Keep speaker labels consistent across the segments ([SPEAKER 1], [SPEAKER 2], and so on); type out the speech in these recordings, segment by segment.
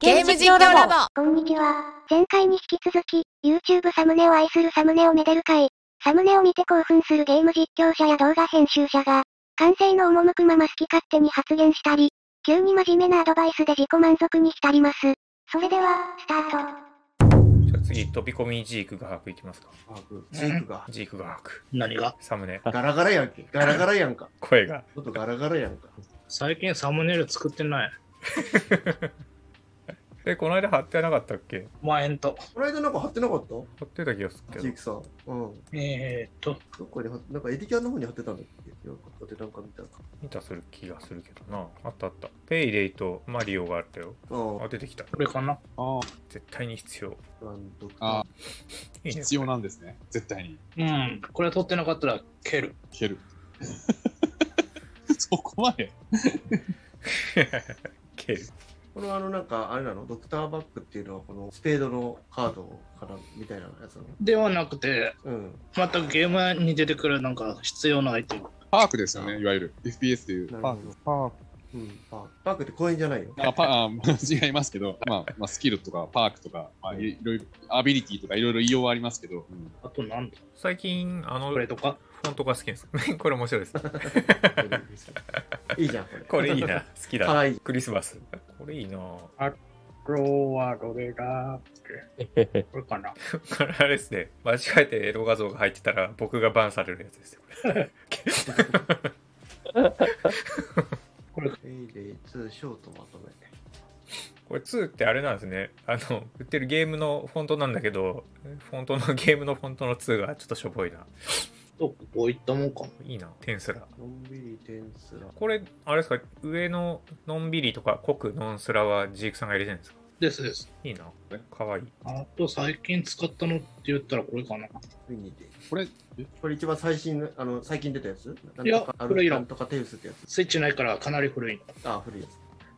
[SPEAKER 1] ゲーム実況ラボ
[SPEAKER 2] こんにちは。前回に引き続き、YouTube サムネを愛するサムネをめでる会。サムネを見て興奮するゲーム実況者や動画編集者が、感性の赴くまま好き勝手に発言したり、急に真面目なアドバイスで自己満足に浸ります。それでは、スタート。
[SPEAKER 3] じゃあ次、飛び込みジーク画伯いきますか。
[SPEAKER 4] あグージークが。
[SPEAKER 3] ジーク画伯。
[SPEAKER 5] 何が
[SPEAKER 3] サムネ、
[SPEAKER 4] ガラガラやんけ。ガラガラやんか。
[SPEAKER 3] 声が。
[SPEAKER 4] ちょっとガラガラやんか。
[SPEAKER 5] 最近サムネイル作ってない。
[SPEAKER 3] え、この間貼ってなかったっけ
[SPEAKER 5] まあ、えんと。
[SPEAKER 4] この間なんか貼ってなかっ
[SPEAKER 3] 貼ってた気がするけ
[SPEAKER 4] たジ
[SPEAKER 3] ど
[SPEAKER 4] ー。クさん。うん。
[SPEAKER 5] えー、っと、
[SPEAKER 4] どこに貼って、なんかエディキャンの方に貼ってたんだっけよかったでなんか見た。あ
[SPEAKER 3] 見たする気がするけどな。あったあった。ペイレイとマリオがあったよ。
[SPEAKER 4] あ
[SPEAKER 3] あ、出てきた。
[SPEAKER 5] これかな。
[SPEAKER 6] あ
[SPEAKER 3] 絶対に必要。
[SPEAKER 4] ランドクター
[SPEAKER 6] あ、
[SPEAKER 3] いいね。
[SPEAKER 6] 必要なんですね。絶対
[SPEAKER 5] う
[SPEAKER 6] に。
[SPEAKER 5] ん。これ撮ってなかったら蹴る。
[SPEAKER 6] 蹴る。そこまで
[SPEAKER 3] ケル。
[SPEAKER 4] このあのなんか、あれなの、ドクターバッグっていうのはこのスペードのカードからみたいなやつなの。
[SPEAKER 5] ではなくて、
[SPEAKER 4] うん。
[SPEAKER 5] またゲームに出てくるなんか必要なアイテム。
[SPEAKER 6] パークですよね、いわゆる。FPS でい
[SPEAKER 4] な
[SPEAKER 6] う。
[SPEAKER 4] るほど。
[SPEAKER 6] パーク。
[SPEAKER 4] うん。パーク。パークって公園じゃな いよ。
[SPEAKER 6] あパあ違いますけど、まあ、まあ、スキルとかパークとか、まあ、いいろいろ、アビリティとかいろいろ言いようはありますけど、うん
[SPEAKER 5] あとなんだ
[SPEAKER 3] 最近、あの、
[SPEAKER 5] これと
[SPEAKER 3] フ
[SPEAKER 5] か。
[SPEAKER 3] ォントが好きです。 これ面白いです。
[SPEAKER 4] いいじゃん、これ。
[SPEAKER 3] これいいな。好き
[SPEAKER 4] か
[SPEAKER 3] だ。
[SPEAKER 4] わいい。
[SPEAKER 3] クリスマス。これいいな。
[SPEAKER 5] ロはロレラ ー。これかな。
[SPEAKER 3] これあれですね。間違えてエロ画像が入ってたら僕がバンされるやつですよ。これ
[SPEAKER 5] これ、
[SPEAKER 4] レイレイ2ショートまとめ。
[SPEAKER 3] これ2ってあれなんですね。あの、売ってるゲームのフォントなんだけど、フォントのゲームのフォントの2がちょっとしょぼいな。
[SPEAKER 5] どこういったもんかな。
[SPEAKER 3] いいな、テンスラ。
[SPEAKER 4] のんびりテンスラ。
[SPEAKER 3] これ、あれですか、上ののんびりとか濃くノンスラはジークさんが入れてるんですか
[SPEAKER 5] ですです。
[SPEAKER 3] いいな。かわいい。
[SPEAKER 5] あと最近使ったのって言ったらこれかな。
[SPEAKER 4] ウィニーで。
[SPEAKER 6] これ、
[SPEAKER 4] これ一番最新の、あの、最近出たやつ
[SPEAKER 5] い
[SPEAKER 4] な
[SPEAKER 5] や
[SPEAKER 4] んとかあ
[SPEAKER 5] これいらん
[SPEAKER 4] なんとかテウスってやつ。
[SPEAKER 5] スイッチないからかなり古いの。
[SPEAKER 4] あ、古いやつ。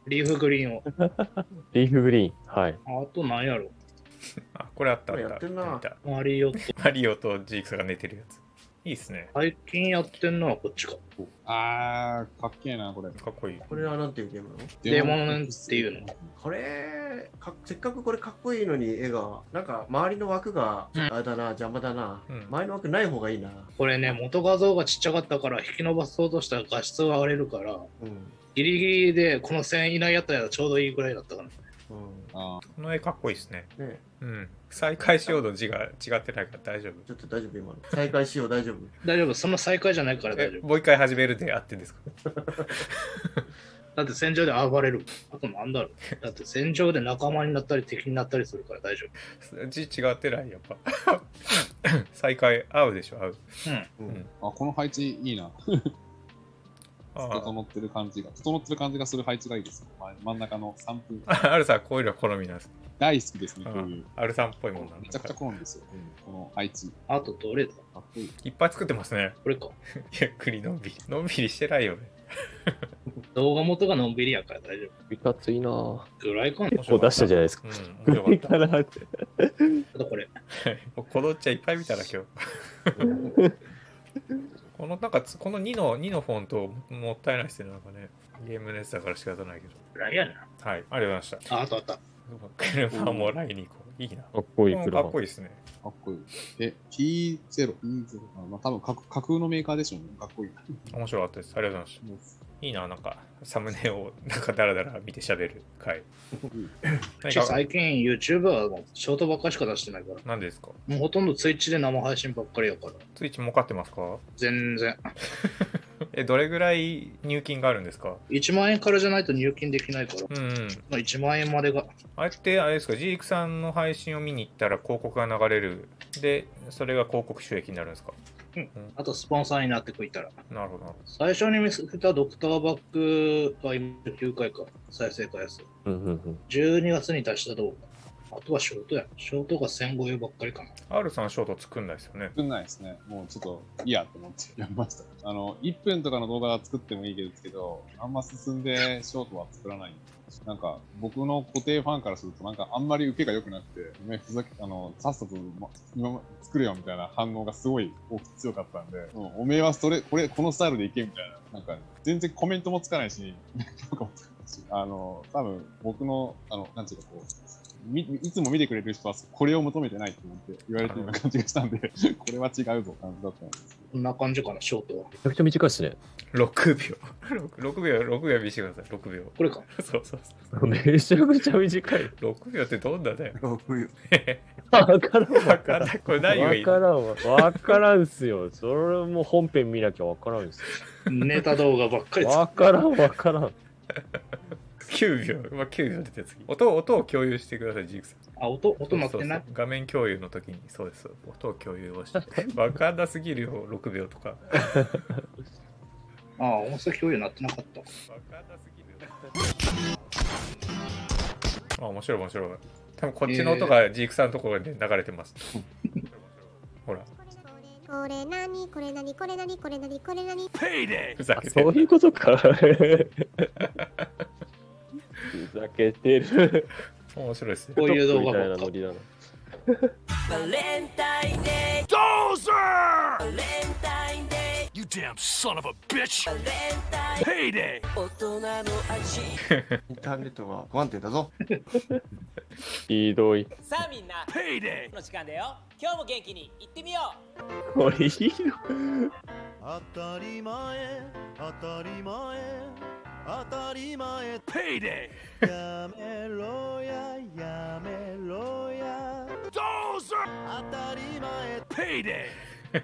[SPEAKER 5] リーフグリー ンを。
[SPEAKER 7] リーフグリーン。はい。
[SPEAKER 5] あとなんやろ。
[SPEAKER 3] あ、これあったあ
[SPEAKER 4] こ
[SPEAKER 3] っ
[SPEAKER 4] れや
[SPEAKER 3] た。
[SPEAKER 4] ってんな
[SPEAKER 3] 見た
[SPEAKER 5] マリオと。
[SPEAKER 3] マリオとジークさんが寝てるやつ。いいっすね。
[SPEAKER 5] 最近やってんのはこっちか。
[SPEAKER 6] あー、かっけえな、これ。
[SPEAKER 3] かっこいい。
[SPEAKER 4] これはなんていうゲームなの
[SPEAKER 5] デモンっていうの。
[SPEAKER 4] これか、せっかくこれかっこいいのに絵が、なんか周りの枠が、
[SPEAKER 5] うん
[SPEAKER 4] あれだな、邪魔だな。
[SPEAKER 3] うん
[SPEAKER 4] 前の枠ない方がいいな。
[SPEAKER 5] これね、元画像がちっちゃかったから引き伸ばそうとしたら画質が割れるから、
[SPEAKER 4] うん。
[SPEAKER 5] ギリギリでこの線以内やったらちょうどいいぐらいだったかな。
[SPEAKER 4] う
[SPEAKER 6] あー
[SPEAKER 3] この絵かっこいいっすね。
[SPEAKER 4] ん。ね
[SPEAKER 3] うん。再開しようと字が違ってないから大丈夫。
[SPEAKER 4] ちょっと大丈夫、今の。再開しよう、大丈夫。
[SPEAKER 5] 大丈夫、その再開じゃないから大
[SPEAKER 3] え
[SPEAKER 5] 丈夫。
[SPEAKER 3] もう一回始めるであってんですか
[SPEAKER 5] だって戦場で暴れる。あとなんだろう。だって戦場で仲間になったり敵になったりするから大丈
[SPEAKER 3] 字違ってない、やっぱ。 再開、合うでしょ、合う。
[SPEAKER 5] 夫。うん。
[SPEAKER 4] うん。
[SPEAKER 3] うん
[SPEAKER 6] あ、この配置いいな。
[SPEAKER 3] ああ
[SPEAKER 6] 整ってる感じが。整ってる感じがする配置がいいです。ま真ん中の3分。
[SPEAKER 3] あるさん、こういうの好みなんです。
[SPEAKER 6] 大好きですね、
[SPEAKER 3] う
[SPEAKER 6] こうい
[SPEAKER 3] ん
[SPEAKER 6] う。
[SPEAKER 3] あるさんっぽいもんな。
[SPEAKER 6] めちゃくちゃ好みですよ、この配置。
[SPEAKER 5] あとどれだ
[SPEAKER 6] かっこいい。
[SPEAKER 3] いっぱい作ってますね。
[SPEAKER 5] これか。
[SPEAKER 3] ゆっくりのんびり。のんびりしてないよね。
[SPEAKER 5] 動画元がのんびりやから大丈
[SPEAKER 7] いかついなぁ。
[SPEAKER 5] 夫。ぐらいかな。
[SPEAKER 7] こう出したじゃないですか。
[SPEAKER 3] うん、面白かっ
[SPEAKER 7] ら
[SPEAKER 5] あとこれ。
[SPEAKER 3] た。もうこのっちゃいっぱい見たな、今日。このなんかつ、この2の、2のフォント、もったいないですね、なんかね。ゲームのやつだから仕方ないけど。
[SPEAKER 5] ぐらいやな。
[SPEAKER 3] はい、ありがとうございまし
[SPEAKER 5] あ、あとあった。
[SPEAKER 3] た。車もらいに行こう。いいな。
[SPEAKER 7] かっこいい
[SPEAKER 3] うん
[SPEAKER 7] 車。
[SPEAKER 3] かっこいいですね。
[SPEAKER 6] かっこいい。え、P0、E0。あまあ、多分架空架空のメーカーでしょうね。かっこいい。
[SPEAKER 3] 面白かったです。ありがとうございました。いいな、なんか、サムネを、なんか、ダラダラ見て喋る回。何か
[SPEAKER 5] 最近 YouTube はもうショートばっかしか出してないから。
[SPEAKER 3] 何ですか
[SPEAKER 5] もうほとんど Twitch で生配信ばっかりやから。
[SPEAKER 3] ツイッチ儲かってますか
[SPEAKER 5] 全然。
[SPEAKER 3] え、どれぐらい入金があるんですか
[SPEAKER 5] 1万円からじゃないと入金できないから。
[SPEAKER 3] うんうん。
[SPEAKER 5] まあ1万円までが。
[SPEAKER 3] あれって、あれですか、ジークさんの配信を見に行ったら広告が流れる。で、それが広告収益になるんですか
[SPEAKER 5] あとスポンサーになってくいたら。
[SPEAKER 3] なるほどなるほ
[SPEAKER 5] 最初に見つけたドクターバックが今9回か。再生回数。
[SPEAKER 7] うんうん
[SPEAKER 5] 12月に出した動画。あとはショートや。ショートが1500ばっかりかな。
[SPEAKER 3] ど。R さんショート作んないですよね。
[SPEAKER 6] 作んないですね。もうちょっと、いいやと思ってやめました。あの、1分とかの動画は作ってもいいですけど、あんま進んでショートは作らない。なんか、僕の固定ファンからすると、なんかあんまり受けが良くなくて、ね、ふざけ、あの、さっさと、ま、今ま作れよみたいな反応がすごい多く強かったんで、うんおめえはそれ、これ、このスタイルでいけみたいな。なんか、全然コメントもつかないし、なんかし、あの、多分僕の、あの、なんていうかこう、みいつも見てくれる人はこれを求めてないと思って言われてるような感じがしたんで、これは違うぞ感じだったんです
[SPEAKER 5] こんな感じかな、ショートは。
[SPEAKER 7] めちゃくちゃ短いですね。
[SPEAKER 3] 6秒。6秒、6秒見してください、6秒。
[SPEAKER 5] これか。
[SPEAKER 3] そうそう
[SPEAKER 7] めちゃくちゃ短い。
[SPEAKER 3] そう。6秒ってどんなだよ。
[SPEAKER 7] わからん
[SPEAKER 3] わか
[SPEAKER 7] わからら
[SPEAKER 3] ん
[SPEAKER 7] ん。
[SPEAKER 3] これ何がいい
[SPEAKER 7] わからんわ。わからんっすよ。それも本編見なきゃわからんっす
[SPEAKER 5] ネタ動画ばっかり
[SPEAKER 7] よ。
[SPEAKER 5] 作
[SPEAKER 7] わ
[SPEAKER 5] って
[SPEAKER 7] からんわからん。
[SPEAKER 3] 9秒。まあ、9秒出て次。音を、音を共有してください、ジークさん。
[SPEAKER 5] あ、音、音鳴っ
[SPEAKER 3] そう
[SPEAKER 5] て
[SPEAKER 3] そ
[SPEAKER 5] な
[SPEAKER 3] う
[SPEAKER 5] い
[SPEAKER 3] そう画面共有の時に、そうです。音を共有をして。わかんなすぎるよ、6秒とか。わ
[SPEAKER 5] ああ、音声共有なってなかっ
[SPEAKER 3] か
[SPEAKER 5] た。
[SPEAKER 3] んなすぎるあ、面白い、面白い。多分こっちの音がジークさんのところで流れてます。ほら、
[SPEAKER 1] これなにこれなにこれなにこれなにこれなに
[SPEAKER 3] ふざ
[SPEAKER 7] あ
[SPEAKER 3] けて
[SPEAKER 7] そ
[SPEAKER 3] る
[SPEAKER 7] ういうこと か。ふざけてる。
[SPEAKER 3] 面白いですね。
[SPEAKER 5] こういう動
[SPEAKER 7] み
[SPEAKER 5] 画
[SPEAKER 7] た
[SPEAKER 5] ば
[SPEAKER 7] いな
[SPEAKER 5] っか
[SPEAKER 7] ノリだな。
[SPEAKER 8] You damn son of a bitch! Payday!
[SPEAKER 4] インターネットが不安定だぞ。
[SPEAKER 7] ひどい。
[SPEAKER 9] さあみんな
[SPEAKER 8] Payday!
[SPEAKER 9] の時間だよ今日も元気に行ってみよう
[SPEAKER 7] これひどい。
[SPEAKER 8] 当たり前当たり前当たり前 Payday! やめろややめろやどうぞ当たり前 Payday!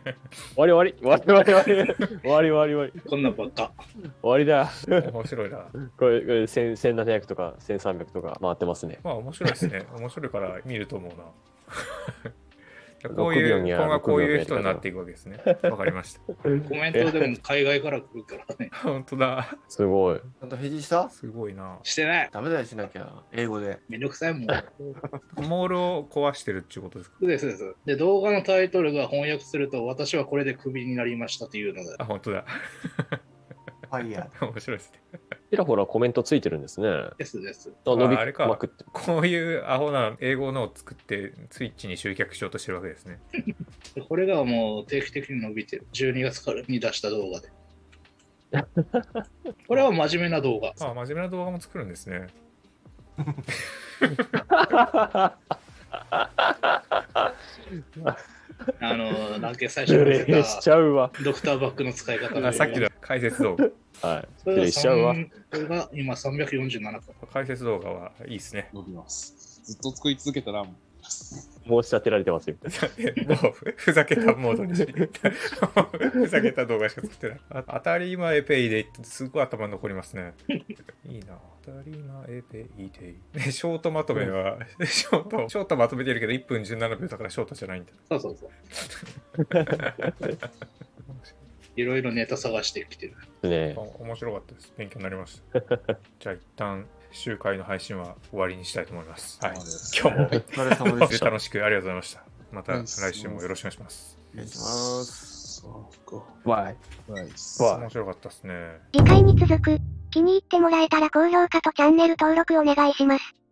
[SPEAKER 7] 終わり終わり終わり終わり終わり終わり終わり終わり
[SPEAKER 5] こんなんばっか。
[SPEAKER 7] 終わりだ。
[SPEAKER 3] 面白いな。
[SPEAKER 7] これこれ1000 1700とか1300とか回ってますね。
[SPEAKER 3] まあ面白いですね。面白いから見ると 思うな。こう
[SPEAKER 7] 六
[SPEAKER 3] い
[SPEAKER 7] 秒
[SPEAKER 3] う、
[SPEAKER 7] には
[SPEAKER 3] 今後はこういう
[SPEAKER 7] 六秒
[SPEAKER 3] 人
[SPEAKER 7] のやり方
[SPEAKER 3] になっていくわけですね。わかりました。
[SPEAKER 5] コメントでも海外から来るからね。
[SPEAKER 3] 本当だ。
[SPEAKER 7] すごい。
[SPEAKER 4] ちゃんと返事した
[SPEAKER 3] すごいな。
[SPEAKER 5] してない。
[SPEAKER 4] ダメだよ、しなきゃ。英語で。
[SPEAKER 5] めんどくさいもん。
[SPEAKER 3] モールを壊してるっていうことですか
[SPEAKER 5] そうです、そうです。で、動画のタイトルが翻訳すると、私はこれでクビになりましたというのが、
[SPEAKER 3] あ、本当だ。
[SPEAKER 4] ファイヤ
[SPEAKER 3] 面白いですね。
[SPEAKER 7] ちらほらコメントついてるんですね。あ
[SPEAKER 5] ですです。
[SPEAKER 7] 伸び
[SPEAKER 3] ああれか
[SPEAKER 7] まくって。
[SPEAKER 3] こういうアホな英語のを作って、ツイッチに集客しようとしてるわけですね。
[SPEAKER 5] でこれがもう定期的に伸びてる。12月からに出した動 画で。これは真面目な動画。
[SPEAKER 3] あ、真面目な動画も作るんですね。
[SPEAKER 5] あの、なんけ最初
[SPEAKER 7] 失
[SPEAKER 5] に
[SPEAKER 7] 礼
[SPEAKER 5] 出
[SPEAKER 7] したちゃうわ。
[SPEAKER 5] ドクターバッグの使い方
[SPEAKER 3] あさっきの解説動画。
[SPEAKER 7] はい。
[SPEAKER 5] そ
[SPEAKER 7] 失
[SPEAKER 5] れが
[SPEAKER 7] 礼しちゃうわ。
[SPEAKER 5] 三これが今347個。
[SPEAKER 3] 解説動画はいいですね。
[SPEAKER 6] 伸びます。ずっと作り続けたら、もう
[SPEAKER 7] 申し立てられてますよ。
[SPEAKER 3] もうふふざけたモードにして ふざけた動画しか作ってないあ当たり前ペイデイってすごい頭に残りますねいいな当たり前ペイデイねショートまとめはショートショートまとめてるけど1分17秒だからショートじゃないんだ
[SPEAKER 5] そうそうそう。 いろいろネタ探してきてる。
[SPEAKER 7] ね
[SPEAKER 3] あ面白かったです勉強になりましたじゃあ一旦集会の配信は終わりにしたいと思います、はい、今日も
[SPEAKER 4] ー。お疲れ様でした。
[SPEAKER 3] 楽しくありがとうございましたまた
[SPEAKER 6] お願い
[SPEAKER 3] 来
[SPEAKER 6] します
[SPEAKER 3] 週もよろしくお願いします
[SPEAKER 4] お願いします。
[SPEAKER 6] そうか。
[SPEAKER 7] わい。
[SPEAKER 6] ナイス。
[SPEAKER 7] わ
[SPEAKER 3] 面白かったですね
[SPEAKER 2] 次回に続く。気に入ってもらえたら高評価とチャンネル登録お願いします。